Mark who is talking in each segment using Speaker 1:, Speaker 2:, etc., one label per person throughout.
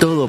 Speaker 1: Todo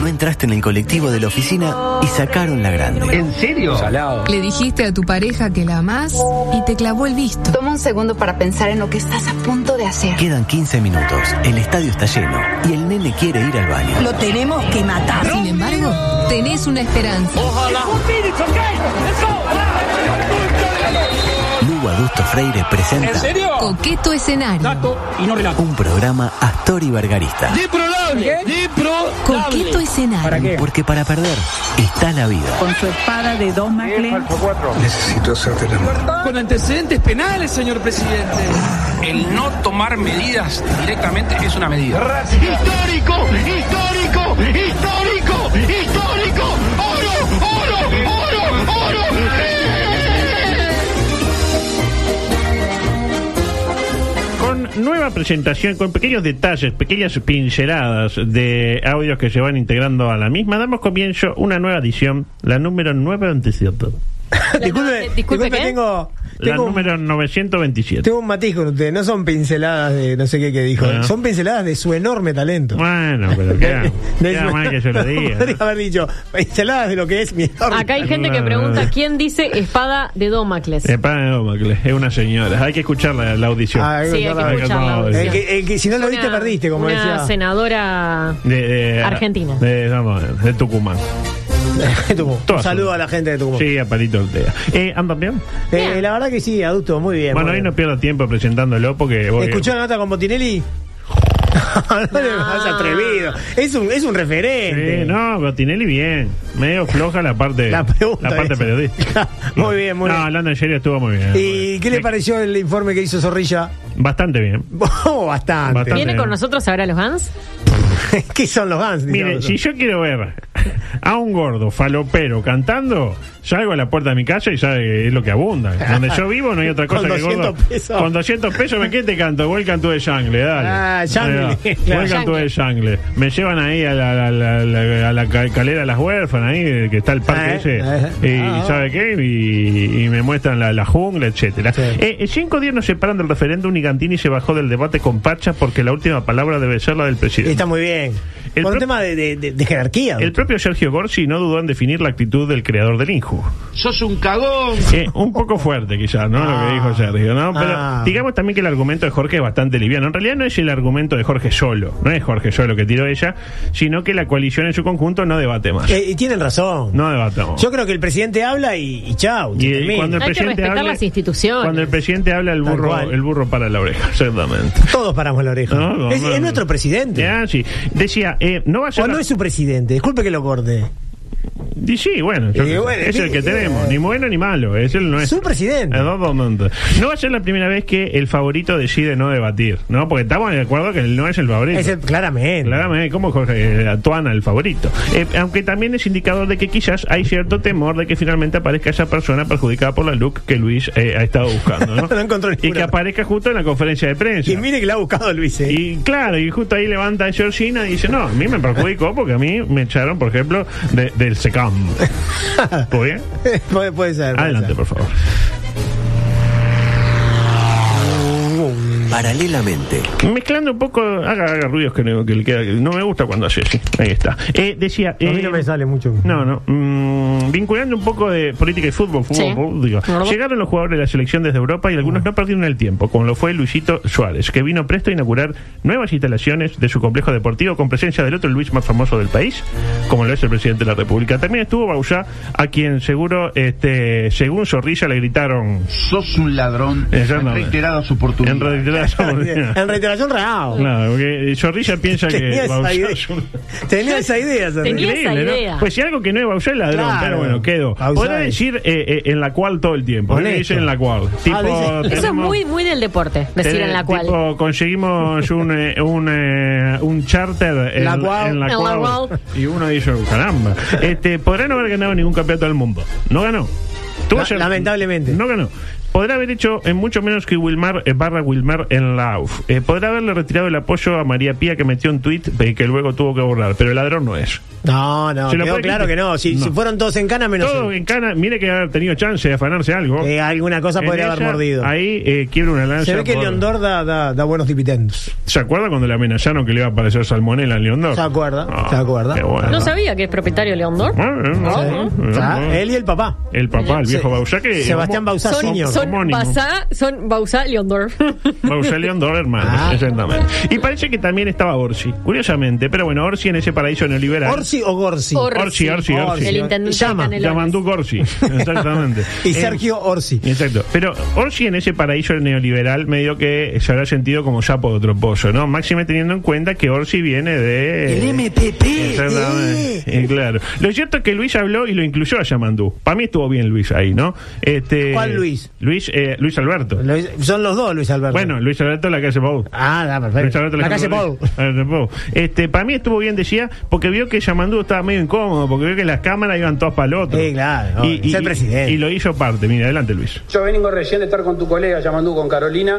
Speaker 1: No entraste en el colectivo de la oficina y sacaron la grande.
Speaker 2: ¿En serio? Salado.
Speaker 3: Le dijiste a tu pareja que la amás y te clavó el visto.
Speaker 4: Toma un segundo para pensar en lo que estás a punto de hacer.
Speaker 1: Quedan 15 minutos, el estadio está lleno y el nene quiere ir al baño.
Speaker 5: Lo tenemos que matar.
Speaker 3: Sin embargo, tenés una esperanza.
Speaker 1: Lugo Adusto Freire presenta
Speaker 3: Coqueto escenario.
Speaker 2: y no relato.
Speaker 1: un programa Astor y Bargarista.
Speaker 2: ¿Qué?
Speaker 3: Coqueto escenario.
Speaker 2: qué?
Speaker 1: Porque para perder está la vida.
Speaker 5: Con su espada de dos maclean.
Speaker 6: Necesito hacerte el amor.
Speaker 7: Con antecedentes penales, señor presidente.
Speaker 2: El no tomar medidas directamente es una medida.
Speaker 8: histórico, histórico, histórico, histórico, oro, oro, oro, oro.
Speaker 9: Con nueva presentación, con pequeños detalles, pequeñas pinceladas de audios que se van integrando a la misma, damos comienzo una nueva edición, la número 927.
Speaker 10: Disculpe, disculpe, tengo,
Speaker 9: La
Speaker 10: tengo, un,
Speaker 9: número 927.
Speaker 10: tengo un matiz con usted. No son pinceladas de no sé qué que dijo.
Speaker 9: Bueno.
Speaker 10: Son pinceladas de su enorme talento.
Speaker 9: Bueno, pero queda,
Speaker 10: De
Speaker 9: queda
Speaker 10: su-
Speaker 9: mal que yo lo diga.
Speaker 10: Podría haber dicho pinceladas de lo que es mi enorme
Speaker 11: Acá hay gente que pregunta quién dice espada de Domacles.
Speaker 9: Eh, para, no, Macle, es una señora. Hay que escuchar la, la audición.
Speaker 10: Ah,
Speaker 11: Sí, hay
Speaker 10: claro.
Speaker 11: que escucharla.
Speaker 9: no,
Speaker 11: o
Speaker 10: El
Speaker 11: sea.
Speaker 10: que- el que si no lo viste,
Speaker 11: Una-
Speaker 10: perdiste, como
Speaker 11: una
Speaker 10: decía.
Speaker 11: senadora.
Speaker 9: De- de-
Speaker 11: Argentina.
Speaker 9: De, vamos, de Tucumán.
Speaker 10: Tucumán.
Speaker 9: Todas
Speaker 10: Un saludo
Speaker 9: son.
Speaker 10: a la gente de Tucumán.
Speaker 9: Sí, a Palito Ortega. Eh, ¿Andan bien?
Speaker 10: Eh,
Speaker 11: Bien.
Speaker 10: la verdad que sí, adulto, muy bien.
Speaker 9: bueno,
Speaker 10: Eh, muy
Speaker 9: hoy
Speaker 10: bien.
Speaker 9: no pierdo tiempo presentándolo porque... voy-
Speaker 10: ¿Escuchó la nota con Botinelli? no, le vas atrevido. Es un, es un referente.
Speaker 9: Sí, no, Botinelli bien. Medio floja la parte,
Speaker 10: La pregunta
Speaker 9: la parte
Speaker 10: es-
Speaker 9: periodística.
Speaker 10: Muy bien, muy
Speaker 9: no,
Speaker 10: bien.
Speaker 9: hablando en serio estuvo muy bien.
Speaker 10: ¿Y qué le pareció el informe que hizo Zorrilla?
Speaker 9: Bastante bien.
Speaker 10: Oh, bastante.
Speaker 9: Bastante.
Speaker 11: ¿Viene con nosotros ahora los Gans?
Speaker 10: ¿Qué son los Guns?
Speaker 9: Mire,
Speaker 10: digamos?
Speaker 9: si yo quiero ver a un gordo falopero cantando, salgo a la puerta de mi casa y sabe que es lo que abunda. Donde yo vivo no hay otra
Speaker 10: Con
Speaker 9: cosa que
Speaker 10: 200
Speaker 9: gordo.
Speaker 10: pesos.
Speaker 9: Con 200 pesos, ¿me qué te canto? Welcome to the jungle, dale.
Speaker 10: Ah, jungle,
Speaker 9: Ahí va.
Speaker 10: claro.
Speaker 9: Welcome to the jungle. Me llevan ahí a la, la- la- la- a la ca- calera de las huérfanas, ahí que está el parque
Speaker 10: Ah,
Speaker 9: ese.
Speaker 10: eh.
Speaker 9: y
Speaker 10: Ah,
Speaker 9: ¿sabe qué? Y, y me muestran la, la jungla, etcétera. Eh, eh, cinco días nos separan del referéndum y Gantini se bajó del debate con Pacha porque la última palabra debe ser la del presidente.
Speaker 10: Está muy bien.
Speaker 9: El
Speaker 10: Por
Speaker 9: pro-
Speaker 10: un tema de, de- de- de jerarquía.
Speaker 9: El propio Sergio Gorsi no dudó en definir la actitud del creador del Inju.
Speaker 2: Sos un cagón.
Speaker 9: Eh, un poco fuerte quizás, ¿no? Lo que dijo Sergio, ¿no? Pero
Speaker 10: Ah.
Speaker 9: digamos también que el argumento de Jorge es bastante liviano. En realidad no es el argumento de Jorge solo, no es Jorge solo que tiró ella, sino que la coalición en su conjunto no debate más.
Speaker 10: Eh, y tienen razón.
Speaker 9: No debatamos.
Speaker 10: Yo creo que el presidente habla y, y chau. se
Speaker 9: Y, eh,
Speaker 10: termina.
Speaker 9: cuando el
Speaker 11: Hay que
Speaker 9: presidente
Speaker 11: respetar
Speaker 9: habla,
Speaker 11: las instituciones.
Speaker 9: Cuando el presidente habla, el
Speaker 10: Tal
Speaker 9: burro,
Speaker 10: cual.
Speaker 9: el burro para la oreja, exactamente.
Speaker 10: Todos paramos la oreja.
Speaker 9: No, no,
Speaker 10: es,
Speaker 9: no,
Speaker 10: es
Speaker 9: no.
Speaker 10: nuestro presidente.
Speaker 9: Ya, sí. Decía, eh, no va a ser...
Speaker 10: O no es su presidente. Disculpe que lo corte.
Speaker 9: Y sí, bueno, yo
Speaker 10: Y
Speaker 9: qué sé,
Speaker 10: bueno,
Speaker 9: es
Speaker 10: sí,
Speaker 9: el que
Speaker 10: sí,
Speaker 9: tenemos,
Speaker 10: bueno.
Speaker 9: ni bueno ni malo, es el nuestro.
Speaker 10: Su presidente.
Speaker 9: En dos momentos. No va a ser la primera vez que el favorito decide no debatir, ¿no? Porque estamos de acuerdo que él no es el favorito.
Speaker 10: Es el- claramente.
Speaker 9: Claramente, como Jorge eh, Atuana, el favorito. Eh, aunque también es indicador de que quizás hay cierto temor de que finalmente aparezca esa persona perjudicada por la look que Luis eh, ha estado buscando, ¿no?
Speaker 10: No encontró
Speaker 9: y que
Speaker 10: ninguna.
Speaker 9: aparezca justo en la conferencia de prensa.
Speaker 10: Y mire que la ha buscado Luis. eh.
Speaker 9: Y claro, y justo ahí levanta Georgina y dice, no, a mí me perjudicó porque a mí me echaron, por ejemplo, de- del SECAM. ¿Todo bien?
Speaker 10: puede, puede ser. puede
Speaker 9: Adelante,
Speaker 10: ser.
Speaker 9: por favor.
Speaker 1: Paralelamente,
Speaker 9: Mezclando un poco, haga, haga ruidos que, no- que le queda- que no me gusta cuando hace así. Ahí está. Eh, decía...
Speaker 10: A mí
Speaker 9: eh,
Speaker 10: no me sale mucho.
Speaker 9: No, no. Mm, vinculando un poco de política y fútbol, fútbol,
Speaker 11: Sí.
Speaker 9: político.
Speaker 11: Gordo.
Speaker 9: Llegaron los jugadores de la selección desde Europa y algunos no perdieron el tiempo, como lo fue Luisito Suárez, que vino presto a inaugurar nuevas instalaciones de su complejo deportivo con presencia del otro Luis más famoso del país, como lo es el presidente de la República. También estuvo Bausá, a quien seguro, este, según Zorrilla, le gritaron.
Speaker 2: Sos un ladrón.
Speaker 9: Exactamente. En reiteradas oportunidades.
Speaker 10: en reiteración, rao.
Speaker 9: Claro, porque Zorrilla piensa
Speaker 10: Tenía
Speaker 9: que
Speaker 10: esa
Speaker 9: Bausá
Speaker 10: idea.
Speaker 9: es un-
Speaker 10: Tenía esa idea. esa
Speaker 11: Tenía-
Speaker 10: idea.
Speaker 11: esa
Speaker 9: ¿no?
Speaker 11: idea.
Speaker 9: Pues si algo que no es Bausá es ladrón,
Speaker 10: Claro.
Speaker 9: pero bueno, quedó.
Speaker 10: Bausá
Speaker 9: Podrá
Speaker 10: es-
Speaker 9: decir eh, eh, en la cual todo el tiempo. ¿Qué
Speaker 10: Honesto.
Speaker 9: dice en la cual? Tipo,
Speaker 10: Ah, dice-
Speaker 11: Eso es
Speaker 9: tenemos-
Speaker 11: muy, muy del deporte, decir
Speaker 9: eh,
Speaker 11: en la cual.
Speaker 9: tipo, conseguimos un, eh, un, eh, un charter en
Speaker 10: La cual.
Speaker 9: en la
Speaker 11: En la
Speaker 9: cual.
Speaker 11: cual.
Speaker 9: Y uno dice, "Oh, caramba. Este, podrá no haber ganado ningún campeonato del mundo. No ganó. Tuvo
Speaker 10: La-
Speaker 9: ser-
Speaker 10: lamentablemente.
Speaker 9: No ganó. Podrá haber hecho en mucho menos que Wilmar eh, barra Wilmar en la AUF. Eh, podrá haberle retirado el apoyo a María Pía que metió un tuit eh, que luego tuvo que borrar, pero el ladrón no es.
Speaker 10: No, no,
Speaker 9: Se lo
Speaker 10: quedó
Speaker 9: puede
Speaker 10: claro
Speaker 9: quitar.
Speaker 10: que no. Si,
Speaker 9: No.
Speaker 10: si fueron todos en cana, menos
Speaker 9: Todo
Speaker 10: él.
Speaker 9: en cana, mire que ha tenido chance de afanarse algo.
Speaker 10: Eh, alguna cosa
Speaker 9: En
Speaker 10: podría haber
Speaker 9: ella,
Speaker 10: mordido.
Speaker 9: Ahí eh, quiebra una lanza.
Speaker 10: Se ve que
Speaker 9: por-
Speaker 10: Leondor da, da, da buenos dividendos.
Speaker 9: ¿Se acuerda cuando le amenazaron que le iba a aparecer salmonela a Leondor?
Speaker 10: Se acuerda,
Speaker 9: Ah,
Speaker 10: se acuerda.
Speaker 9: qué bueno.
Speaker 11: No sabía que es propietario León Dor.
Speaker 9: Bueno,
Speaker 10: Sí.
Speaker 9: no, no,
Speaker 10: Ah,
Speaker 9: no.
Speaker 10: Él y el papá.
Speaker 9: El papá, el viejo
Speaker 10: Se-
Speaker 9: Bausá que...
Speaker 10: Sebastián Bausá,
Speaker 9: Son-
Speaker 10: señor.
Speaker 9: son
Speaker 11: Son
Speaker 9: homónimo.
Speaker 11: Bausá, son Bausá Leondor.
Speaker 9: Bausá Leondor, hermanos,
Speaker 10: Ah.
Speaker 9: exactamente. Y parece que también estaba Orsi, curiosamente. Pero bueno, Orsi en ese paraíso neoliberal...
Speaker 10: ¿Orsi o Gorsi?
Speaker 11: Or-
Speaker 9: Orsi, Orsi, Orsi.
Speaker 11: El intendente de
Speaker 10: Llama,
Speaker 11: Canelones.
Speaker 9: Yamandú Gorsi, exactamente.
Speaker 10: y
Speaker 9: Eh,
Speaker 10: Sergio Orsi.
Speaker 9: Exacto. Pero Orsi en ese paraíso neoliberal medio que se habrá sentido como sapo de otro pollo, ¿no? Máxime teniendo en cuenta que Orsi viene de... eh,
Speaker 10: El MPP.
Speaker 9: Exactamente. Eh, claro. Lo cierto es que Luis habló y lo incluyó a Yamandú. Para mí estuvo bien Luis ahí, ¿no? Este,
Speaker 10: ¿Cuál Luis?
Speaker 9: Luis, eh, Luis Alberto.
Speaker 10: Luis- son los dos, Luis Alberto.
Speaker 9: Bueno, Luis Alberto la calle Pou.
Speaker 10: Ah, da,
Speaker 9: Luis
Speaker 10: perfecto.
Speaker 9: Alberto
Speaker 10: La calle
Speaker 9: Pou.
Speaker 10: Paul.
Speaker 9: Alberto Pou. Este, para mí estuvo bien, decía, porque vio que Yamandú estaba medio incómodo, porque vio que las cámaras iban todas para el otro.
Speaker 10: Sí, claro, obvio. Es el presidente.
Speaker 9: Y lo hizo parte. Mira, adelante, Luis.
Speaker 12: Yo vengo recién de estar con tu colega Yamandú, con Carolina,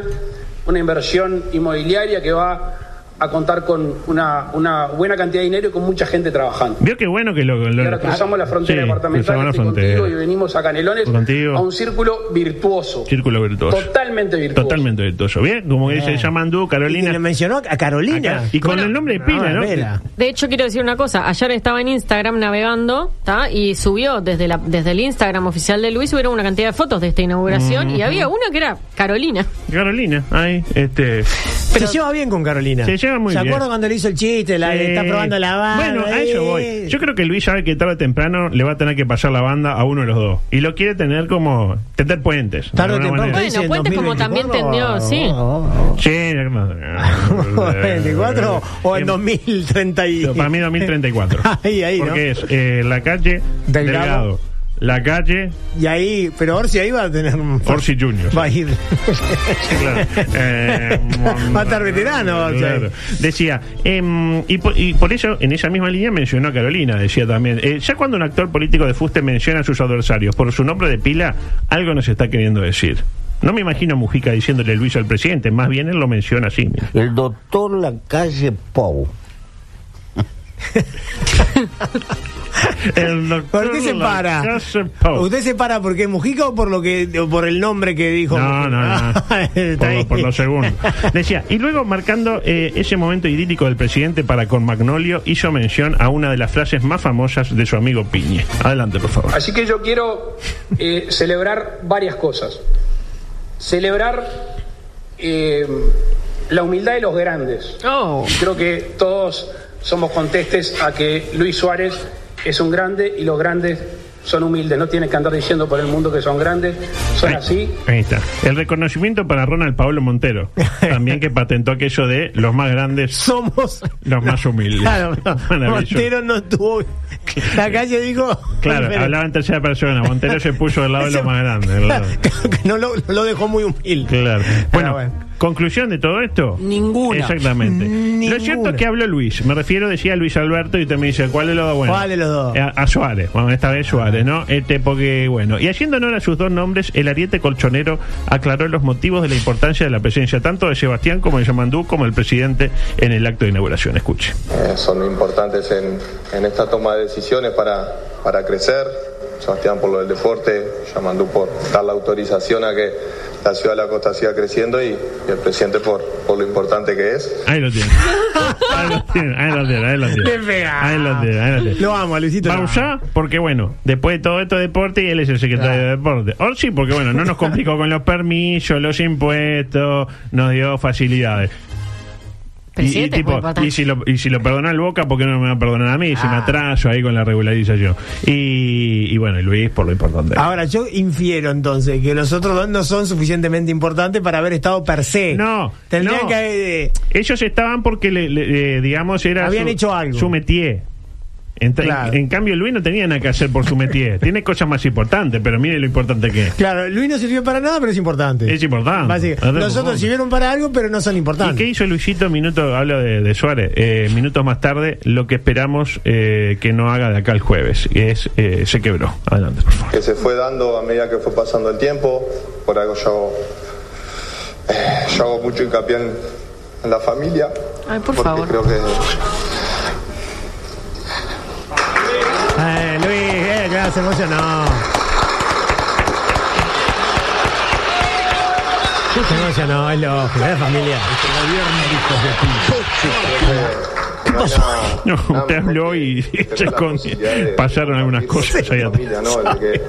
Speaker 12: una inversión inmobiliaria que va a contar con una, una buena cantidad de dinero y con mucha gente trabajando.
Speaker 9: Vio qué bueno que lo. lo-
Speaker 12: Y ahora cruzamos la frontera
Speaker 9: Sí,
Speaker 12: departamental
Speaker 9: cruzamos la
Speaker 12: estoy
Speaker 9: frontera.
Speaker 12: contigo y venimos a Canelones
Speaker 9: Contigo.
Speaker 12: a un círculo virtuoso.
Speaker 9: Círculo virtuoso.
Speaker 12: Totalmente virtuoso.
Speaker 9: Totalmente virtuoso. Bien, como que dice
Speaker 10: Y
Speaker 9: Yamandú,
Speaker 10: le
Speaker 9: Carolina.
Speaker 10: mencionó a Carolina. Ah,
Speaker 9: Acá. Y con el nombre de pila, ¿no?
Speaker 10: Vela.
Speaker 11: De hecho, quiero decir una cosa. Ayer estaba en Instagram navegando ¿tá? y subió desde, la, desde el Instagram oficial de Luis, subieron una cantidad de fotos de esta inauguración y había una que era Carolina.
Speaker 9: Carolina, ahí, este.
Speaker 10: se lleva bien con Carolina.
Speaker 9: Se lleva muy
Speaker 10: ¿Se
Speaker 9: bien.
Speaker 10: acuerda cuando le hizo el chiste? La, le
Speaker 9: Eh,
Speaker 10: está probando la banda. eh?
Speaker 9: Bueno, a eso voy. Yo creo que Luis sabe que tarde o temprano le va a tener que pasar la banda a uno de los dos. Y lo quiere tener como. Tender puentes. de
Speaker 10: Tarde o
Speaker 9: alguna
Speaker 10: temprano.
Speaker 9: manera.
Speaker 11: Bueno, puentes como también tendió, sí.
Speaker 9: Sí, no, no.
Speaker 10: 24 o en 2030 y...
Speaker 9: Eh, em, Para mí 2034.
Speaker 10: Ahí, ahí, ¿no?
Speaker 9: Porque es eh, la calle
Speaker 10: Delgado.
Speaker 9: Delgado. La calle
Speaker 10: Y ahí, pero Orsi ahí va a tener...
Speaker 9: Orsi Junior.
Speaker 10: Va a ir...
Speaker 9: Claro. Eh,
Speaker 10: Va a estar veterano, o sea.
Speaker 9: Claro. Decía, em, y, por, y por eso en esa misma línea mencionó a Carolina, decía también, eh, ya cuando un actor político de fuste menciona a sus adversarios por su nombre de pila, algo nos está queriendo decir. No me imagino a Mujica diciéndole Luis al presidente, más bien él lo menciona así. mira.
Speaker 13: El doctor Lacalle Pou.
Speaker 9: El doctor
Speaker 10: ¿Por qué se para?
Speaker 9: Lacasse Pou.
Speaker 10: ¿Usted se para porque es Mujica o por, lo que, o por el nombre que dijo?
Speaker 9: No, no, no.
Speaker 10: Ah, está
Speaker 9: por,
Speaker 10: ahí.
Speaker 9: lo- por lo segundo. Decía, y luego marcando eh, ese momento idílico del presidente para con Magnolio, hizo mención a una de las frases más famosas de su amigo Piñe. Adelante, por favor.
Speaker 12: Así que yo quiero eh, celebrar varias cosas. Celebrar eh, la humildad de los grandes.
Speaker 11: Oh.
Speaker 12: Creo que todos somos contestes a que Luis Suárez es un grande y los grandes son humildes. No tienen que andar diciendo por el mundo que son grandes. Son
Speaker 9: Ahí-
Speaker 12: así.
Speaker 9: Ahí está. El reconocimiento para Ronald Pablo Montero. También que patentó aquello de los más grandes,
Speaker 10: Somos...
Speaker 9: los más humildes.
Speaker 10: Claro, no.
Speaker 9: Maravilloso.
Speaker 10: Montero no estuvo... La calle dijo...
Speaker 9: Claro, hablaba en tercera persona. Montero se puso del lado de los más grandes. del lado.
Speaker 10: no lo, no lo dejó muy humilde.
Speaker 9: Claro.
Speaker 10: Pero
Speaker 9: Bueno, conclusión de todo esto.
Speaker 7: Ninguna.
Speaker 9: Exactamente.
Speaker 10: Ninguna.
Speaker 9: Lo cierto es que habló Luis. Me refiero, decía Luis Alberto y también dice, ¿cuál de los dos? Bueno,
Speaker 10: ¿Cuál de los dos?
Speaker 9: Eh, A, a Suárez. Bueno, esta vez Suárez, ¿no? Este, porque, bueno. Y haciendo honor a sus dos nombres, el ariete colchonero aclaró los motivos de la importancia de la presencia tanto de Sebastián como de Yamandú como el presidente en el acto de inauguración. Escuche.
Speaker 14: Eh, son importantes en, en esta toma de decisiones para, para crecer. Sebastián por lo del deporte, Yamandú por dar la autorización a que la ciudad de la costa siga creciendo y, y el presidente por, por lo importante que es.
Speaker 9: Ahí lo tiene. Ahí lo tiene, ahí lo tiene, ahí lo tiene.
Speaker 10: Le pegaba.
Speaker 9: Ahí lo tiene, ahí lo tiene.
Speaker 10: Lo amo, Luisito. lo amo.
Speaker 9: Bausá, porque bueno, después de todo esto de deporte, él es el secretario de deporte. Orsi, porque bueno, no nos complicó con los permisos, los impuestos, nos dio facilidades. Y, y
Speaker 11: Presidente,
Speaker 9: tipo,
Speaker 11: muy importante. Ah.
Speaker 9: y si lo, y si lo perdonó el Boca, ¿por qué no me va a perdonar a mí? Si me atraso ahí con la regularización. Y, y bueno, y Luis, por lo importante.
Speaker 10: Ahora, yo infiero entonces que los otros dos no son suficientemente importantes para haber estado per se.
Speaker 9: No,
Speaker 10: Tendrían
Speaker 9: no.
Speaker 10: que haber. eh,
Speaker 9: Ellos estaban porque, le, le- eh, digamos, era
Speaker 10: Habían hecho algo.
Speaker 9: su métier. En, ta- en cambio, Luis no tenía nada que hacer por su métier. Tiene cosas más importantes, pero mire lo importante que es.
Speaker 10: Claro, Luis no sirvió para nada, pero es importante.
Speaker 9: Es importante.
Speaker 10: Básicamente,
Speaker 9: Es de
Speaker 10: Nosotros
Speaker 9: importante.
Speaker 10: sirvieron para algo, pero no son
Speaker 9: ¿Y qué
Speaker 10: importantes.
Speaker 9: hizo Luisito minuto, hablo de, de Suárez, eh, minutos más tarde, lo que esperamos eh, que no haga de acá el jueves, que es, eh, se quebró. Adelante, por favor.
Speaker 14: que se fue dando a medida que fue pasando el tiempo. Por algo yo hago, eh, yo hago mucho hincapié en, en la familia.
Speaker 11: Ay, por
Speaker 14: porque
Speaker 11: favor.
Speaker 14: creo que
Speaker 10: Eh, Luis, eh, ya se emocionó. Se emocionó, es lógico, es la familia.
Speaker 14: ¿Qué pasó?
Speaker 9: No, usted habló y se escondió. Pasaron algunas cosas ahí atrás.
Speaker 14: familia, ¿no? El que-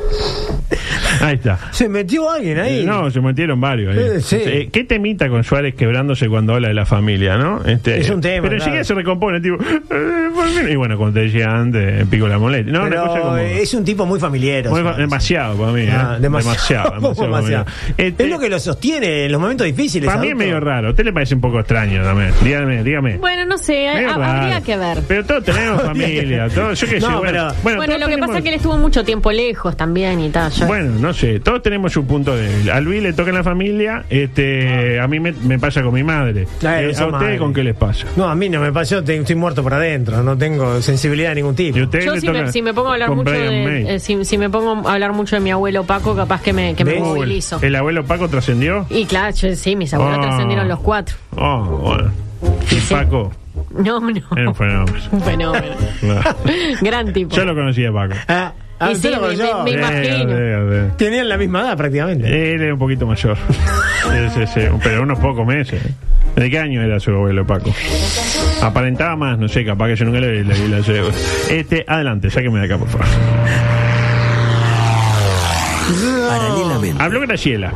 Speaker 9: Ahí está. Eh,
Speaker 10: Se metió alguien ahí.
Speaker 9: No, se metieron varios. ahí.
Speaker 10: Eh, sí.
Speaker 9: Eh, ¿Qué temita con Suárez quebrándose cuando habla de la familia, no? Este,
Speaker 10: Es un tema,
Speaker 9: Pero
Speaker 10: claro.
Speaker 9: enseguida se recompone, tipo. eh, por fin. Y bueno, como te decía antes, pico la moleta. No, una cosa
Speaker 10: Pero
Speaker 9: como-
Speaker 10: eh, es un tipo muy familiar.
Speaker 9: Muy-
Speaker 10: Suárez.
Speaker 9: demasiado para mí. ¿eh?
Speaker 10: Ah,
Speaker 9: demasiado, demasiado para mí.
Speaker 10: demasiado.
Speaker 9: Este-
Speaker 10: es lo que lo sostiene en los momentos difíciles.
Speaker 9: Para mí es
Speaker 10: adulto.
Speaker 9: medio raro. ¿A usted le parece un poco extraño también? Dígame, dígame.
Speaker 11: Bueno, no sé,
Speaker 9: Medio
Speaker 11: Eh, ha-
Speaker 9: raro.
Speaker 11: habría que ver.
Speaker 9: Pero todos tenemos familia. Todos, yo qué sé.
Speaker 10: No,
Speaker 9: bueno,
Speaker 10: pero-
Speaker 11: Bueno,
Speaker 9: todos
Speaker 11: lo que
Speaker 9: tenemos-
Speaker 11: pasa es que él estuvo mucho tiempo lejos también y tal. yo-
Speaker 9: Bueno, no sé, todos tenemos su punto débil. A Luis le toca en la familia, este, a mí me, me pasa con mi madre.
Speaker 10: Ah. Claro,
Speaker 9: Eh, ¿A
Speaker 10: esa
Speaker 9: ustedes
Speaker 10: madre.
Speaker 9: con qué les pasa?
Speaker 10: No, a mí no me pasó, te- estoy muerto por adentro, no tengo sensibilidad de ningún tipo.
Speaker 9: ¿Y a ustedes
Speaker 11: Yo
Speaker 9: le
Speaker 11: si me,
Speaker 9: toca
Speaker 11: si me pongo a hablar
Speaker 9: con
Speaker 11: mucho
Speaker 9: Brian May?
Speaker 11: de, eh, si, si me pongo a hablar mucho de mi abuelo Paco, capaz que me, que me
Speaker 9: ¿Ves?
Speaker 11: movilizo.
Speaker 9: ¿El abuelo Paco trascendió?
Speaker 11: Y claro, yo- sí, mis abuelos
Speaker 9: Ah.
Speaker 11: trascendieron los cuatro.
Speaker 9: Oh, bueno. Y Paco,
Speaker 11: No, no.
Speaker 9: era un fenómeno.
Speaker 11: Un fenómeno.
Speaker 9: Claro.
Speaker 11: Gran tipo.
Speaker 9: Yo lo conocía, Paco.
Speaker 10: Ah, ah,
Speaker 11: Y
Speaker 10: usted
Speaker 11: sí,
Speaker 10: lo
Speaker 11: me-
Speaker 10: conoció.
Speaker 11: me- me imagino.
Speaker 9: eh, eh.
Speaker 10: Tenían la misma edad prácticamente.
Speaker 9: Él era Eh, un poquito mayor. Sí, sí, sí. Pero unos pocos meses. ¿De qué año era su abuelo, Paco? Aparentaba más, no sé, capaz que yo nunca le le vi la cebo. Este, adelante, sáqueme de acá, por favor.
Speaker 1: Paralelamente.
Speaker 9: Habló Graciela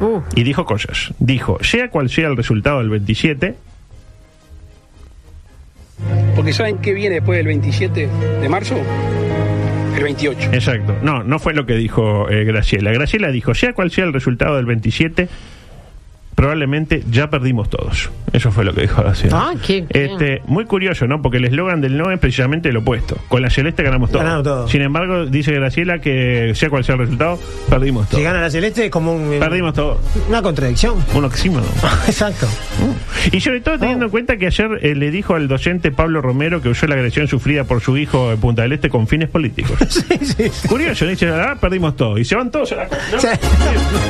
Speaker 11: Uh,
Speaker 9: y dijo cosas. Dijo, sea cual sea el resultado del 27,
Speaker 2: Porque ¿saben qué viene después del 27 de marzo? El 28.
Speaker 9: exacto. No, no fue lo que dijo eh, Graciela. Graciela dijo, sea cual sea el resultado del 27, probablemente ya perdimos todos. Eso fue lo que dijo Graciela.
Speaker 11: Ah, qué- qué-
Speaker 9: Este, muy curioso, ¿no? Porque el eslogan del no es precisamente el opuesto. Con la celeste ganamos todos.
Speaker 10: Ganamos todos.
Speaker 9: Sin embargo, dice Graciela que sea cual sea el resultado, perdimos
Speaker 10: Si
Speaker 9: todos.
Speaker 10: gana la celeste es como un,
Speaker 9: Perdimos todos.
Speaker 10: una contradicción.
Speaker 9: Un oxímono.
Speaker 10: Exacto.
Speaker 9: Y sobre todo teniendo en cuenta que ayer eh, le dijo al docente Pablo Romero que usó la agresión sufrida por su hijo en Punta del Este con fines políticos.
Speaker 10: Sí, sí.
Speaker 9: Curioso, dice, ah, perdimos todo. Y se van todos a la... ¿no?
Speaker 10: O sea,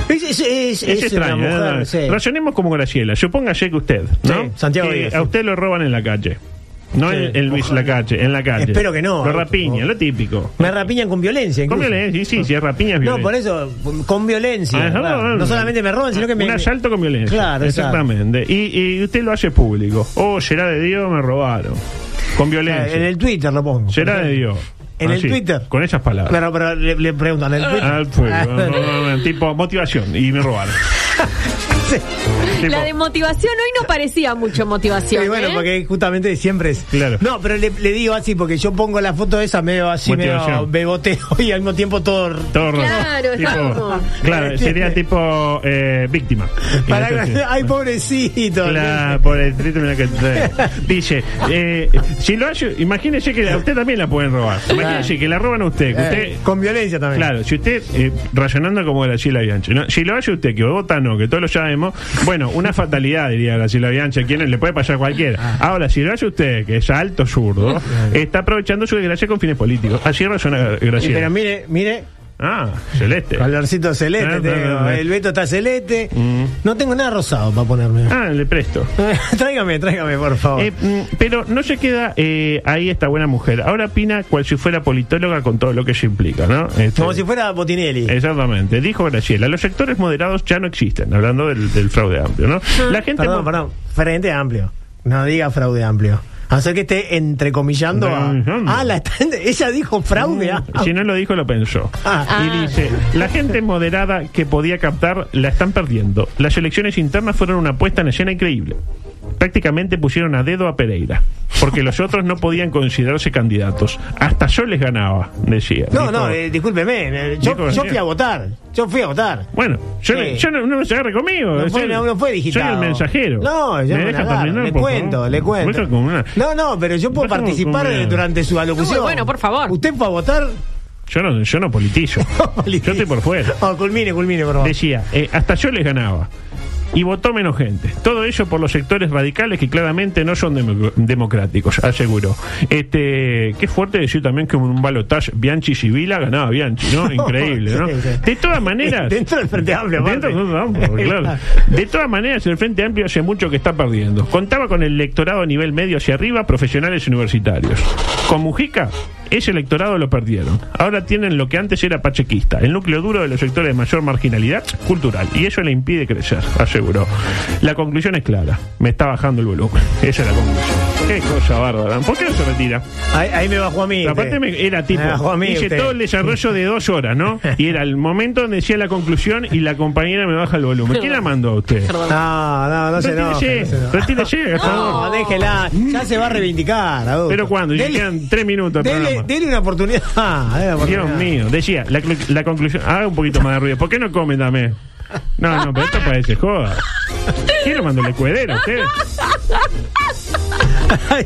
Speaker 10: es, es- es-
Speaker 9: Es,
Speaker 10: es una
Speaker 9: extraño.
Speaker 10: mujer,
Speaker 9: ¿eh? No,
Speaker 10: sí.
Speaker 9: Razonemos como Graciela. Supóngase que usted, ¿no?
Speaker 10: Sí, Santiago
Speaker 9: Eh,
Speaker 10: Díaz,
Speaker 9: a
Speaker 10: sí.
Speaker 9: usted lo roban en la calle. No
Speaker 10: Sí,
Speaker 9: en, en Luis
Speaker 10: ojalá.
Speaker 9: la calle, en la calle.
Speaker 10: Espero que no.
Speaker 9: Lo rapiña, lo típico.
Speaker 10: Me rapiñan con violencia.
Speaker 9: Con
Speaker 10: incluso.
Speaker 9: violencia, sí, sí, si es rapiña es
Speaker 10: No,
Speaker 9: violencia.
Speaker 10: por eso, con violencia.
Speaker 9: Ah, no,
Speaker 10: claro.
Speaker 9: no,
Speaker 10: no,
Speaker 9: no.
Speaker 10: solamente me roban, sino que me.
Speaker 9: Un asalto con violencia.
Speaker 10: Claro, exacto.
Speaker 9: exactamente. Y, y usted lo hace público. Oh, será de Dios, me robaron. Con
Speaker 10: Claro,
Speaker 9: violencia.
Speaker 10: Ah, En el Twitter lo pongo.
Speaker 9: Será de Dios.
Speaker 10: En el
Speaker 9: Así,
Speaker 10: Twitter.
Speaker 9: Con esas palabras.
Speaker 10: Pero, pero le, le preguntan, ¿en el Twitter?
Speaker 9: Al fuego. Ah, tipo motivación. Y me robaron.
Speaker 10: Sí.
Speaker 9: Tipo,
Speaker 11: La de motivación hoy no parecía mucho motivación.
Speaker 10: Y bueno,
Speaker 11: ¿eh?
Speaker 10: porque justamente siempre es.
Speaker 9: Claro.
Speaker 10: No, pero le, le digo así, porque yo pongo la foto esa medio así, medio
Speaker 9: Motivación.
Speaker 10: beboteo y al mismo tiempo todo.
Speaker 9: todo roto.
Speaker 11: Claro,
Speaker 9: Tipo-
Speaker 11: estamos.
Speaker 9: claro, sería tipo eh, víctima.
Speaker 10: Para,
Speaker 9: Entonces,
Speaker 10: ay, pobrecito.
Speaker 9: La, por el triste mira que trae. Dice, eh, si lo hace, imagínese que a usted también la pueden robar. Imagínese que la roban a usted. que usted
Speaker 10: Eh, con violencia también.
Speaker 9: Claro, si usted, eh, racionando como Graciela Bianchi, ¿no? si lo hace usted, que vota no, que todos lo sabemos, bueno, una fatalidad, diría Graciela Bianchi, a quien le puede pasar a cualquiera.
Speaker 10: Ah.
Speaker 9: Ahora, si lo hace usted, que es alto zurdo, está aprovechando su desgracia con fines políticos. Así razona
Speaker 10: Y, pero
Speaker 9: Graciela.
Speaker 10: mire, mire,
Speaker 9: Ah, celeste.
Speaker 10: colorcito celeste.
Speaker 9: No, no,
Speaker 10: tengo,
Speaker 9: no, no.
Speaker 10: El Beto está celeste.
Speaker 9: Mm.
Speaker 10: No tengo nada rosado para ponerme.
Speaker 9: Ah, le presto.
Speaker 10: tráigame, tráigame, por favor.
Speaker 9: Eh, mm, pero no se queda eh, ahí esta buena mujer. Ahora opina cual si fuera politóloga con todo lo que eso implica, ¿no? Este,
Speaker 10: Como si fuera Botinelli.
Speaker 9: Exactamente, dijo Graciela, los sectores moderados ya no existen, hablando del, del fraude amplio, ¿no? La gente
Speaker 10: Ah. Perdón,
Speaker 9: mo-
Speaker 10: perdón. Frente amplio. No diga fraude amplio. Hacer que esté entrecomillando a.
Speaker 9: Entrecomillando.
Speaker 10: Ah, la está- ella dijo fraude amplio.
Speaker 9: Mm, Si no lo dijo, lo pensó.
Speaker 10: Ah.
Speaker 9: Y dice, la gente moderada que podía captar la están perdiendo. Las elecciones internas fueron una puesta en escena increíble. prácticamente pusieron a dedo a Pereira, porque los otros no podían considerarse candidatos. Hasta yo les ganaba, decía.
Speaker 10: No, no, eh, discúlpeme, eh, yo,
Speaker 9: Nico
Speaker 10: yo
Speaker 9: García.
Speaker 10: fui a votar, yo fui a votar.
Speaker 9: Bueno, yo,
Speaker 10: Sí.
Speaker 9: le- yo no, no me se agarre conmigo.
Speaker 10: No
Speaker 9: Yo
Speaker 10: fue,
Speaker 9: soy-
Speaker 10: no, no fue digitado.
Speaker 9: Soy el mensajero.
Speaker 10: No, yo
Speaker 9: ¿Me
Speaker 10: no me
Speaker 9: deja
Speaker 10: agarro,
Speaker 9: terminar,
Speaker 10: le
Speaker 9: por
Speaker 10: cuento,
Speaker 9: favor?
Speaker 10: le cuento.
Speaker 9: Vos sos como una-
Speaker 10: No, no, pero yo puedo
Speaker 9: Vos sos
Speaker 10: participar
Speaker 9: como una-
Speaker 10: durante su alocución.
Speaker 11: bueno, por favor.
Speaker 10: ¿Usted fue a votar?
Speaker 9: Yo no, yo no politizo. yo estoy por fuera.
Speaker 10: Oh, culmine, culmine, por favor.
Speaker 9: Decía, eh, hasta yo les ganaba. Y votó menos gente. Todo ello por los sectores radicales que claramente no son demo- democráticos, aseguró. Este, qué fuerte decir también que en un balotaje Bianchi Sibila ganaba Bianchi, ¿no? Increíble, ¿no?
Speaker 10: Sí, sí.
Speaker 9: De todas maneras.
Speaker 10: Dentro del Frente Amplio, aparte.
Speaker 9: Dentro del Frente Amplio, claro. De todas maneras, el Frente Amplio hace mucho que está perdiendo. Contaba con el electorado a nivel medio hacia arriba, profesionales y universitarios. Con Mujica, ese electorado lo perdieron. Ahora tienen lo que antes era pachequista, el núcleo duro de los sectores de mayor marginalidad cultural. Y eso le impide crecer, aseguró. La conclusión es clara. Me está bajando el volumen. Esa es la conclusión. Qué cosa bárbara. ¿Por qué no se retira?
Speaker 10: Ahí, ahí me bajó a mí.
Speaker 9: Pero aparte
Speaker 10: usted.
Speaker 9: me- era tipo,
Speaker 10: Me bajó a mí.
Speaker 9: hice
Speaker 10: usted.
Speaker 9: todo el desarrollo de dos horas, ¿no? Y era el momento donde decía la conclusión y la compañera me baja el volumen. ¿Quién la mandó a usted?
Speaker 10: No, no, no se enoje, no
Speaker 9: Retírese,
Speaker 10: se enoje.
Speaker 9: retírese,
Speaker 10: No,
Speaker 9: gastador.
Speaker 10: déjela. Ya se va a reivindicar, adulto.
Speaker 9: Pero cuando, ya
Speaker 10: Dele-
Speaker 9: quedan tres minutos. de
Speaker 10: Dele,
Speaker 9: programa.
Speaker 10: dele una oportunidad. Ah, dele una
Speaker 9: Dios
Speaker 10: oportunidad.
Speaker 9: mío, decía, la, clu- la conclusión, haga un poquito más de ruido, ¿por qué no comen también? No, no, pero esto parece joda. ¿Quién lo mandó el cuedero a usted?
Speaker 10: Ay,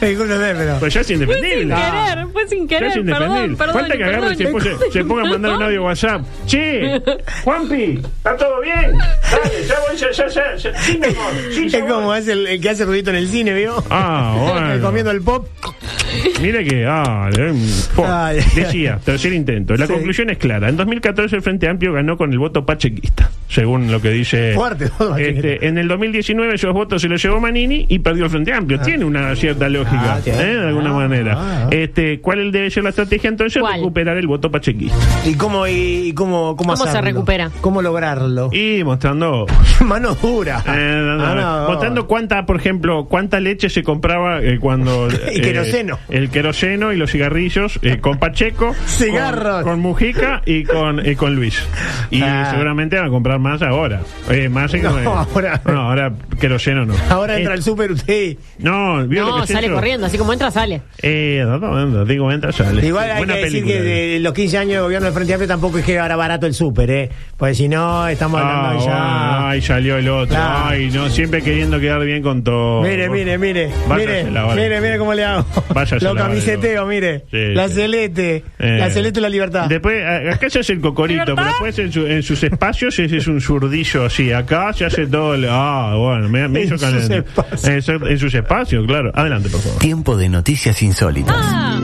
Speaker 10: ay, Discúlpeme, pero.
Speaker 9: Pues ya es
Speaker 11: Fue sin
Speaker 9: independible.
Speaker 11: querer, fue sin
Speaker 9: Ya es
Speaker 11: querer, perdón,
Speaker 9: independible.
Speaker 11: perdón.
Speaker 9: Ah. Falta que agarren y se,
Speaker 11: perdón.
Speaker 9: pose- se pongan a mandar un audio WhatsApp. Che, Juanpi, ¿está todo bien? Dale, ya voy, ya, ya, ya. ya. Sí, mi amor, sí, ya
Speaker 10: Es
Speaker 9: voy.
Speaker 10: como es el, el que hace ruidito en el cine, ¿vio?
Speaker 9: Ah, bueno.
Speaker 10: Comiendo el pop.
Speaker 9: Mire que. Ah, eh, po.
Speaker 10: Ay,
Speaker 9: Decía, tercer intento. La
Speaker 10: Sí.
Speaker 9: conclusión es clara. En 2014 el Frente Amplio ganó con el voto pachequista, según lo que dice.
Speaker 10: Fuerte, ¿no? Pachequista.
Speaker 9: Este, en el 2019 esos votos se los llevó Manini y perdió el Frente Amplio. Tiene una cierta lógica,
Speaker 10: Ah, tiene.
Speaker 9: ¿eh? de alguna
Speaker 10: Ah,
Speaker 9: manera.
Speaker 10: ah.
Speaker 9: Este, ¿Cuál debe ser la estrategia entonces?
Speaker 11: ¿Cuál?
Speaker 9: Recuperar el voto pachequista.
Speaker 10: ¿Y cómo, y, y cómo, cómo,
Speaker 11: ¿Cómo se
Speaker 10: hacerlo?
Speaker 11: recupera?
Speaker 10: ¿Cómo lograrlo?
Speaker 9: Y mostrando.
Speaker 10: Mano dura.
Speaker 9: Eh, no, no,
Speaker 10: Ah,
Speaker 9: no.
Speaker 10: no, no.
Speaker 9: Mostrando cuánta, por ejemplo, cuánta leche se compraba eh, cuando.
Speaker 10: Y
Speaker 9: eh,
Speaker 10: queroseno.
Speaker 9: el queroseno y los cigarrillos eh, con Pacheco.
Speaker 10: Cigarros.
Speaker 9: Con, con Mujica y con, y con Luis. Y
Speaker 10: Ah.
Speaker 9: seguramente van a comprar más ahora. Eh, más en-
Speaker 10: No, ahora-
Speaker 9: No, ahora queroseno no.
Speaker 10: Ahora entra
Speaker 9: Eh,
Speaker 10: el súper usted.
Speaker 9: No, ¿vio lo
Speaker 11: No,
Speaker 9: que es
Speaker 11: sale
Speaker 9: eso?
Speaker 11: corriendo, así como entra, sale.
Speaker 9: Eh, no, no, no, digo, entra, sale.
Speaker 10: Igual hay
Speaker 9: Buena
Speaker 10: que decir
Speaker 9: película,
Speaker 10: que
Speaker 9: eh.
Speaker 10: de los 15 años de gobierno del Frente Amplio tampoco es que ahora barato el súper, ¿eh? Pues si no, estamos
Speaker 9: Ah,
Speaker 10: hablando
Speaker 9: bueno,
Speaker 10: ya.
Speaker 9: ay, salió el otro.
Speaker 10: Claro.
Speaker 9: Ay, no, siempre queriendo quedar bien con todo.
Speaker 10: Mire, mire, mire,
Speaker 9: Váyase
Speaker 10: mire,
Speaker 9: la vara.
Speaker 10: mire, mire cómo le hago.
Speaker 9: Váyase
Speaker 10: Lo
Speaker 9: la vara,
Speaker 10: camiseteo, mire.
Speaker 9: Sí,
Speaker 10: la
Speaker 9: sí.
Speaker 10: celeste,
Speaker 9: Eh.
Speaker 10: la celeste y la libertad.
Speaker 9: Después, a- acá se hace el cocorito, pero después en, su- en sus espacios ese es un zurdillo así. Acá se hace todo el. Ah, bueno, me, me
Speaker 10: En
Speaker 9: hizo
Speaker 10: sus
Speaker 9: calentar.
Speaker 10: espacios.
Speaker 9: En, su- en sus espacios, claro. Adelante, por favor.
Speaker 1: Tiempo de noticias insólitas.
Speaker 11: Ah.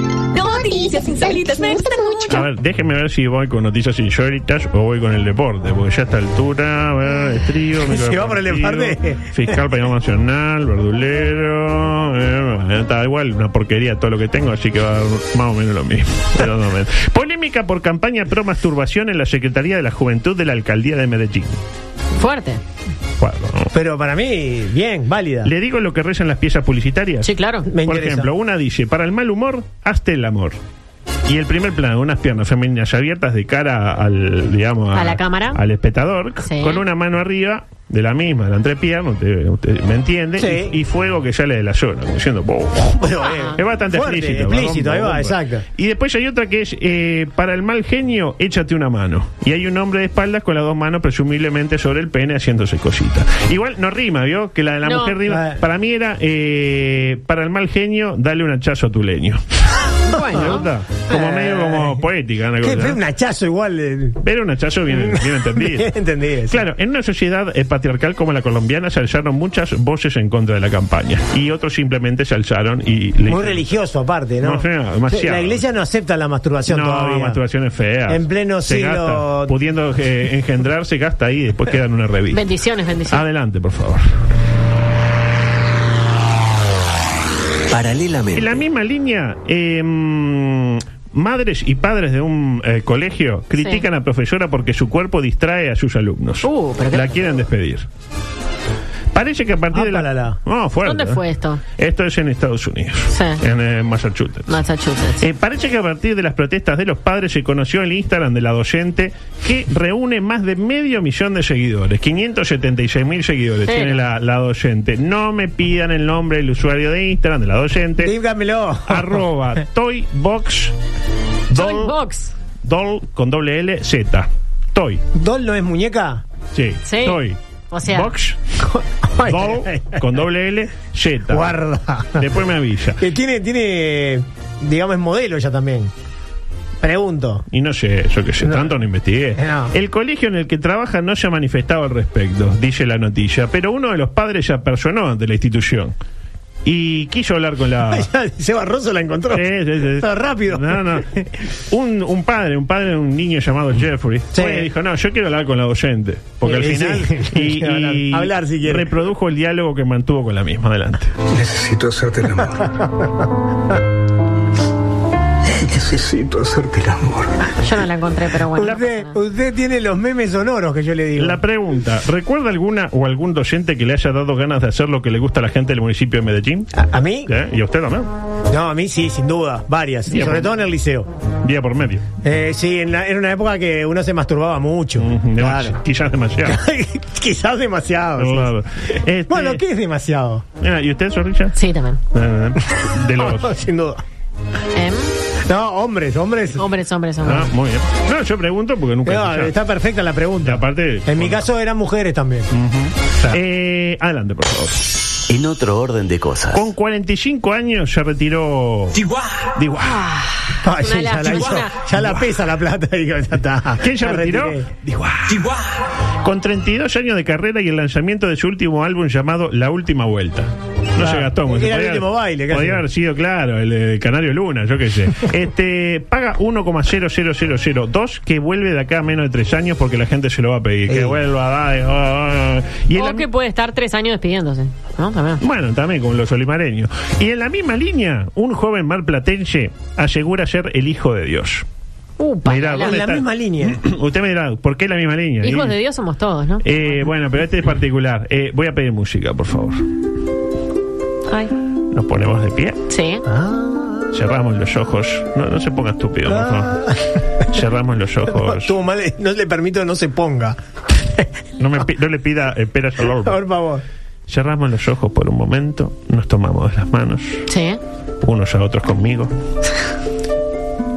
Speaker 5: Noticias insólitas, me gustan mucho.
Speaker 9: A ver, déjeme ver si voy con noticias insólitas o voy con el deporte, porque ya a esta altura, a ver, estrío,
Speaker 10: Se va por el deporte.
Speaker 9: fiscal Pañal Nacional, verdulero, eh, bueno, está igual, una porquería todo lo que tengo, así que va a dar más o menos lo mismo. pero no menos. Polémica por campaña pro masturbación en la Secretaría de la Juventud de la Alcaldía de Medellín.
Speaker 11: Fuerte.
Speaker 9: Bueno,
Speaker 10: Pero para mí, bien, válida.
Speaker 9: ¿Le digo lo que rezan las piezas publicitarias?
Speaker 11: Sí, claro.
Speaker 10: Me
Speaker 9: Por
Speaker 10: interesa.
Speaker 9: ejemplo, una dice, para el mal humor, hazte el amor. Y el primer plano, unas piernas femeninas abiertas de cara al, digamos,
Speaker 11: A la cámara.
Speaker 9: al espectador,
Speaker 11: Sí.
Speaker 9: con una mano arriba de la misma, de la entrepierna, usted, usted me entiende,
Speaker 10: Sí.
Speaker 9: y, y fuego que sale de la zona, como diciendo, "Boh".
Speaker 10: Pero, eh,
Speaker 9: es bastante
Speaker 10: fuerte,
Speaker 9: explícito.
Speaker 10: explícito,
Speaker 9: perdón,
Speaker 10: ahí va,
Speaker 9: perdón.
Speaker 10: exacto.
Speaker 9: Y después hay otra que es, eh, para el mal genio, échate una mano. Y hay un hombre de espaldas con las dos manos presumiblemente sobre el pene haciéndose cositas. Igual no rima, ¿vio? Que la de la
Speaker 11: No.
Speaker 9: mujer rima.
Speaker 10: Ah.
Speaker 9: Para mí era, eh, para el mal genio, dale un hachazo a tu leño. ¿Te
Speaker 11: Bueno.
Speaker 9: gusta? Como medio como poética. Una
Speaker 10: Ah. Eh. Qué,
Speaker 9: cosa,
Speaker 10: fue
Speaker 9: ¿no?
Speaker 10: un hachazo igual. eh.
Speaker 9: Pero un hachazo bien, bien entendido.
Speaker 10: Bien entendido, sí.
Speaker 9: Claro, en una sociedad eh, patriarcal como la colombiana se alzaron muchas voces en contra de la campaña. Y otros simplemente se alzaron y le
Speaker 10: Muy religioso aparte, ¿no?
Speaker 9: No, no, demasiado.
Speaker 10: La iglesia no acepta la masturbación
Speaker 9: no,
Speaker 10: todavía.
Speaker 9: masturbación es fea.
Speaker 10: En pleno
Speaker 9: Se
Speaker 10: siglo-
Speaker 9: gasta. Pudiendo eh, engendrar, se gasta ahí, después queda en una revista.
Speaker 11: Bendiciones, bendiciones.
Speaker 9: Adelante, por favor.
Speaker 1: Paralelamente.
Speaker 9: En la misma línea, eh, mm, madres y padres de un eh, colegio critican a profesora porque su cuerpo distrae a sus alumnos.
Speaker 11: Uh, pero qué-
Speaker 9: la quieren despedir. Parece que a partir de la... No, fuerte,
Speaker 11: ¿Dónde
Speaker 9: ¿eh?
Speaker 11: fue esto?
Speaker 9: Esto es en Estados Unidos,
Speaker 11: Sí.
Speaker 9: en eh, Massachusetts.
Speaker 11: Massachusetts.
Speaker 9: Eh, parece que a partir de las protestas de los padres se conoció el Instagram de la docente que reúne más de medio millón de seguidores. 576 mil seguidores
Speaker 11: Sí.
Speaker 9: tiene la, la docente. No me pidan el nombre del usuario de Instagram de la docente.
Speaker 10: Dígamelo.
Speaker 9: Arroba Toybox. Doll,
Speaker 11: Box.
Speaker 9: doll con doble L Z. Toy.
Speaker 10: ¿Dol no es muñeca?
Speaker 9: Sí.
Speaker 11: Sí.
Speaker 9: Toy.
Speaker 11: O sea,
Speaker 9: Box. Doll con doble L Z.
Speaker 10: Guarda.
Speaker 9: Después me avisa.
Speaker 10: Que tiene, tiene, digamos, es modelo ya también. Pregunto.
Speaker 9: Y no sé, yo que sé,
Speaker 10: No.
Speaker 9: tanto no investigué.
Speaker 10: No.
Speaker 9: El colegio en el que trabaja no se ha manifestado al respecto, dice la noticia, pero uno de los padres se apersonó ante la institución y quiso hablar con la...
Speaker 10: Seba Rosso la encontró.
Speaker 9: Ah. Sí, sí, sí.
Speaker 10: Está rápido.
Speaker 9: No, no. Un, un padre, un padre de un niño llamado Jeffrey,
Speaker 10: Sí.
Speaker 9: fue y dijo, no, yo quiero hablar con la docente. Porque al
Speaker 10: Sí,
Speaker 9: final...
Speaker 10: sí.
Speaker 9: y-
Speaker 10: Hablar-
Speaker 9: y
Speaker 10: hablar si quiere.
Speaker 9: Reprodujo el diálogo que mantuvo con la misma. Adelante.
Speaker 6: Necesito hacerte el amor. Necesito hacerte el amor.
Speaker 11: Yo no la encontré, pero bueno.
Speaker 10: Usted, usted tiene los memes sonoros que yo le digo.
Speaker 9: La pregunta, ¿recuerda alguna o algún docente que le haya dado ganas de hacer lo que le gusta a la gente del municipio de Medellín?
Speaker 10: ¿A, a mí?
Speaker 9: ¿Eh? ¿Y a usted también?
Speaker 10: No, a mí sí, sin duda. Varias.
Speaker 9: Bien,
Speaker 10: Sobre
Speaker 9: bueno.
Speaker 10: todo en el liceo.
Speaker 9: Día por medio.
Speaker 10: Eh, sí, en la- era una época que uno se masturbaba mucho.
Speaker 9: Demasi-
Speaker 10: Claro.
Speaker 9: Quizás demasiado.
Speaker 10: Quizás demasiado. sí.
Speaker 9: Claro. Este,
Speaker 10: Bueno, ¿qué es demasiado?
Speaker 9: mira, ¿Y usted, Sorrilla?
Speaker 11: Sí, también.
Speaker 9: Eh, De los.
Speaker 10: Sin duda.
Speaker 11: Em,
Speaker 10: No, hombres, hombres.
Speaker 11: hombres, hombres, hombres.
Speaker 9: Ah, muy bien. No, yo pregunto porque nunca.
Speaker 10: No,
Speaker 9: escuché.
Speaker 10: está perfecta la
Speaker 9: Y
Speaker 10: pregunta.
Speaker 9: aparte.
Speaker 10: En mi caso eran mujeres también.
Speaker 9: Eh, adelante, por favor.
Speaker 1: En otro orden de cosas.
Speaker 9: Con 45 años se retiró. Diguá.
Speaker 10: Ay, sí, ya, la
Speaker 11: lástima,
Speaker 10: hizo-
Speaker 11: una-
Speaker 10: ya la pesa la plata. digo, ya está.
Speaker 9: ¿Quién se
Speaker 10: La
Speaker 9: retiró?
Speaker 10: retiré.
Speaker 9: Diguá. Con 32 años de carrera y el lanzamiento de su último álbum llamado La Última Vuelta. No
Speaker 10: Claro.
Speaker 9: se gastó mucho.
Speaker 10: Ah, Era el último baile, casi.
Speaker 9: Podría haber sido, claro, el, eh, Canario Luna, yo qué sé. este Paga 1,00002 que vuelve de acá a menos de tres años porque la gente se lo va a pedir. Que
Speaker 10: Sí.
Speaker 9: vuelva, dale. oh, oh. Y el
Speaker 11: o
Speaker 9: am-
Speaker 11: que puede estar tres años despidiéndose. ¿No? También.
Speaker 9: bueno, también con los olimareños. Y en la misma línea, un joven marplatense asegura ser el hijo de Dios.
Speaker 11: Upa,
Speaker 9: Mirá,
Speaker 11: la-
Speaker 9: ¿dónde
Speaker 10: En la
Speaker 9: está?
Speaker 10: misma línea.
Speaker 9: Usted me dirá, ¿por qué la misma línea?
Speaker 11: hijos
Speaker 9: Y-
Speaker 11: de Dios somos todos, ¿no?
Speaker 9: eh, bueno, pero este es particular. Eh, voy a pedir música, por favor.
Speaker 11: Ay.
Speaker 9: Nos ponemos de pie,
Speaker 11: Sí.
Speaker 9: Ah. cerramos los ojos. No, no se ponga estúpido, por favor. Cerramos los ojos.
Speaker 10: Estuvo mal, no le permito que no se ponga.
Speaker 9: No, me, pi- no le pida eh, peras al árbol.
Speaker 10: Por favor.
Speaker 9: Cerramos los ojos por un momento, nos tomamos de las manos,
Speaker 11: Sí.
Speaker 9: unos a otros conmigo.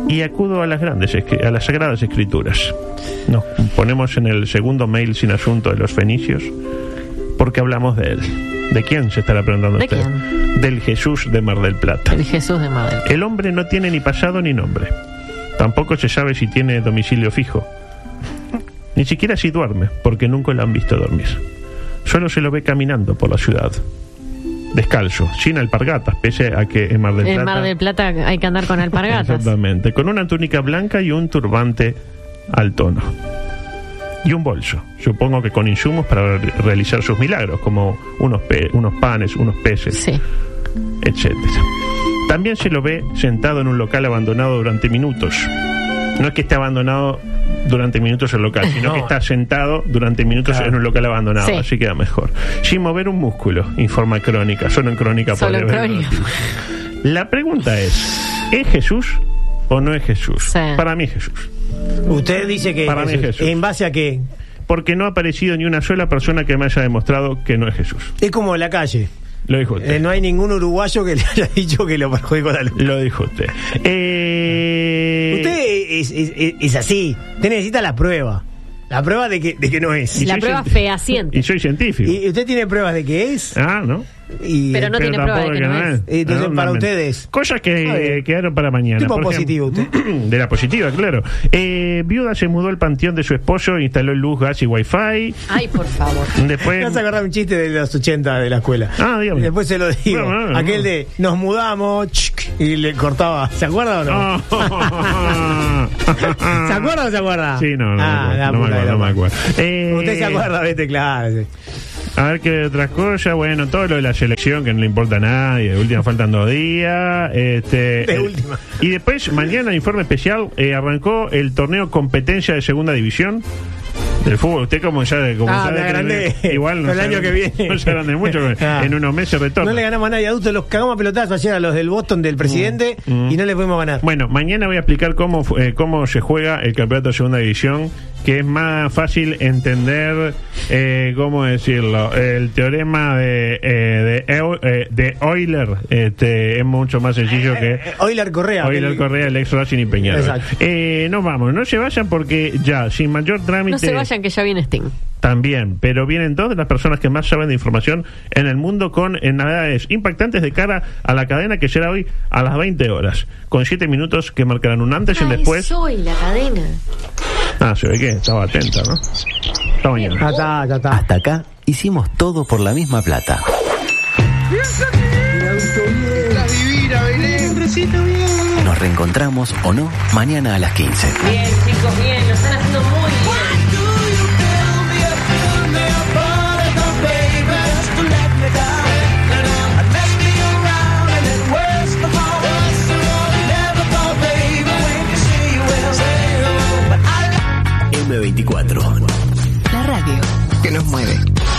Speaker 9: Y acudo a las grandes, escri- a las sagradas escrituras. Nos ponemos en el segundo mail sin asunto de los fenicios, porque hablamos de él. ¿De quién se estará preguntando
Speaker 11: ¿De
Speaker 9: usted? Del Jesús de Mar del Plata.
Speaker 11: El Jesús de Madre.
Speaker 9: El hombre no tiene ni pasado ni nombre. Tampoco se sabe si tiene domicilio fijo. Ni siquiera si duerme, porque nunca lo han visto dormir. Solo se lo ve caminando por la ciudad. Descalzo, sin alpargatas, pese a que en Mar del
Speaker 11: En
Speaker 9: Plata...
Speaker 11: Mar del Plata hay que andar con alpargatas.
Speaker 9: Exactamente, con una túnica blanca y un turbante al tono. Y un bolso, supongo que con insumos para re- realizar sus milagros, como unos, pe- unos panes, unos peces
Speaker 11: Sí.
Speaker 9: etcétera. También se lo ve sentado en un local abandonado durante minutos. No es que esté abandonado durante minutos el local, sino que está sentado durante minutos en un local abandonado,
Speaker 11: Sí.
Speaker 9: así queda mejor. Sin mover un músculo, informa Crónica, solo en Crónica
Speaker 11: Solo en
Speaker 9: podría haber
Speaker 11: crónica.
Speaker 9: noticias. La pregunta es, ¿es Jesús o no es Jesús?
Speaker 11: Sí.
Speaker 9: Para mí es Jesús.
Speaker 10: Usted dice que.
Speaker 9: Para mí es Jesús.
Speaker 10: ¿En base a qué?
Speaker 9: Porque no ha aparecido ni una sola persona que me haya demostrado que no es Jesús.
Speaker 10: Es como la calle.
Speaker 9: Lo dijo usted.
Speaker 10: Eh, no hay ningún uruguayo que le haya dicho que lo perjudicó la luz.
Speaker 9: Lo dijo usted. Eh,
Speaker 10: Usted es, es- es- es así. Usted necesita la prueba. La prueba de que, de que no es.
Speaker 9: y
Speaker 11: La
Speaker 9: soy
Speaker 11: prueba
Speaker 9: cienti-
Speaker 11: fehaciente.
Speaker 9: Y soy científico.
Speaker 10: Y usted tiene pruebas de que es.
Speaker 9: Ah, ¿no.
Speaker 10: Y
Speaker 11: Pero no tiene prueba de
Speaker 9: tampoco
Speaker 11: que no es.
Speaker 10: Y entonces,
Speaker 9: No,
Speaker 10: para
Speaker 9: no,
Speaker 10: ustedes.
Speaker 9: Cosas que
Speaker 10: Está bien.
Speaker 9: eh, quedaron para mañana.
Speaker 10: Tipo
Speaker 9: Por
Speaker 10: positivo
Speaker 9: ejemplo, De la positiva, claro. Eh, viuda se mudó al panteón de su esposo, instaló luz, gas y wifi.
Speaker 11: Ay, por favor.
Speaker 10: Me vas
Speaker 9: Después...
Speaker 10: a acordar un chiste de los 80 de la escuela.
Speaker 9: Ah, dígame.
Speaker 10: Después se lo digo.
Speaker 9: No, no,
Speaker 10: Aquel
Speaker 9: no.
Speaker 10: de nos mudamos chic, y le cortaba. ¿Se acuerda o no? ¿Se acuerda o se acuerda?
Speaker 9: Sí, no, no,
Speaker 10: Ah, la
Speaker 9: no,
Speaker 10: puta
Speaker 9: me acuerdo,
Speaker 10: que la
Speaker 9: no me
Speaker 10: madre.
Speaker 9: acuerdo. Eh,
Speaker 10: Usted se acuerda, este vete, claro. sí.
Speaker 9: A ver qué otras cosas. Bueno, todo lo de la selección que no le importa a nadie. De última faltan dos días. Este,
Speaker 10: De
Speaker 9: eh,
Speaker 10: última.
Speaker 9: Y después, mañana, informe especial. eh, arrancó el torneo competencia de segunda división. Del fútbol, usted como ya. Como
Speaker 10: Ah,
Speaker 9: sabe
Speaker 10: me
Speaker 9: que-
Speaker 10: agrandé.
Speaker 9: Igual no
Speaker 10: Con el
Speaker 9: se
Speaker 10: año que
Speaker 9: agrande-
Speaker 10: viene.
Speaker 9: No se agrande mucho, porque
Speaker 10: Ah.
Speaker 9: en unos meses retorna.
Speaker 10: No le ganamos a nadie adulto, los cagamos a pelotazo ayer a los del Boston del presidente y no les pudimos ganar.
Speaker 9: Mm, Bueno, mañana voy a explicar cómo, fu- eh, cómo se juega el campeonato de segunda división, que es más fácil entender, eh, ¿cómo decirlo? El teorema de, eh, de, Eu- eh, de Euler este, es mucho más sencillo que...
Speaker 10: Euler Correa.
Speaker 9: Euler
Speaker 10: el-
Speaker 9: Correa, el ex Racing y Peñarol.
Speaker 10: Exacto.
Speaker 9: Eh, nos vamos, no se vayan porque ya, sin mayor trámite...
Speaker 11: No se vayan, que ya viene Sting.
Speaker 9: También, pero vienen todas las personas que más saben de información en el mundo con eh, novedades impactantes de cara a la cadena que será hoy a las 20 horas, con 7 minutos que marcarán un antes y un
Speaker 11: Ay,
Speaker 9: después.
Speaker 11: soy la cadena.
Speaker 9: Ah, se ve que estaba atenta, ¿no? Hasta mañana.
Speaker 1: Hasta acá hicimos todo por la misma plata.
Speaker 8: Estás divina, Belén.
Speaker 1: Nos reencontramos o no mañana a las 15.
Speaker 11: Bien, chicos, bien, lo están haciendo muy
Speaker 1: M24.
Speaker 3: La radio.
Speaker 1: Que nos mueve.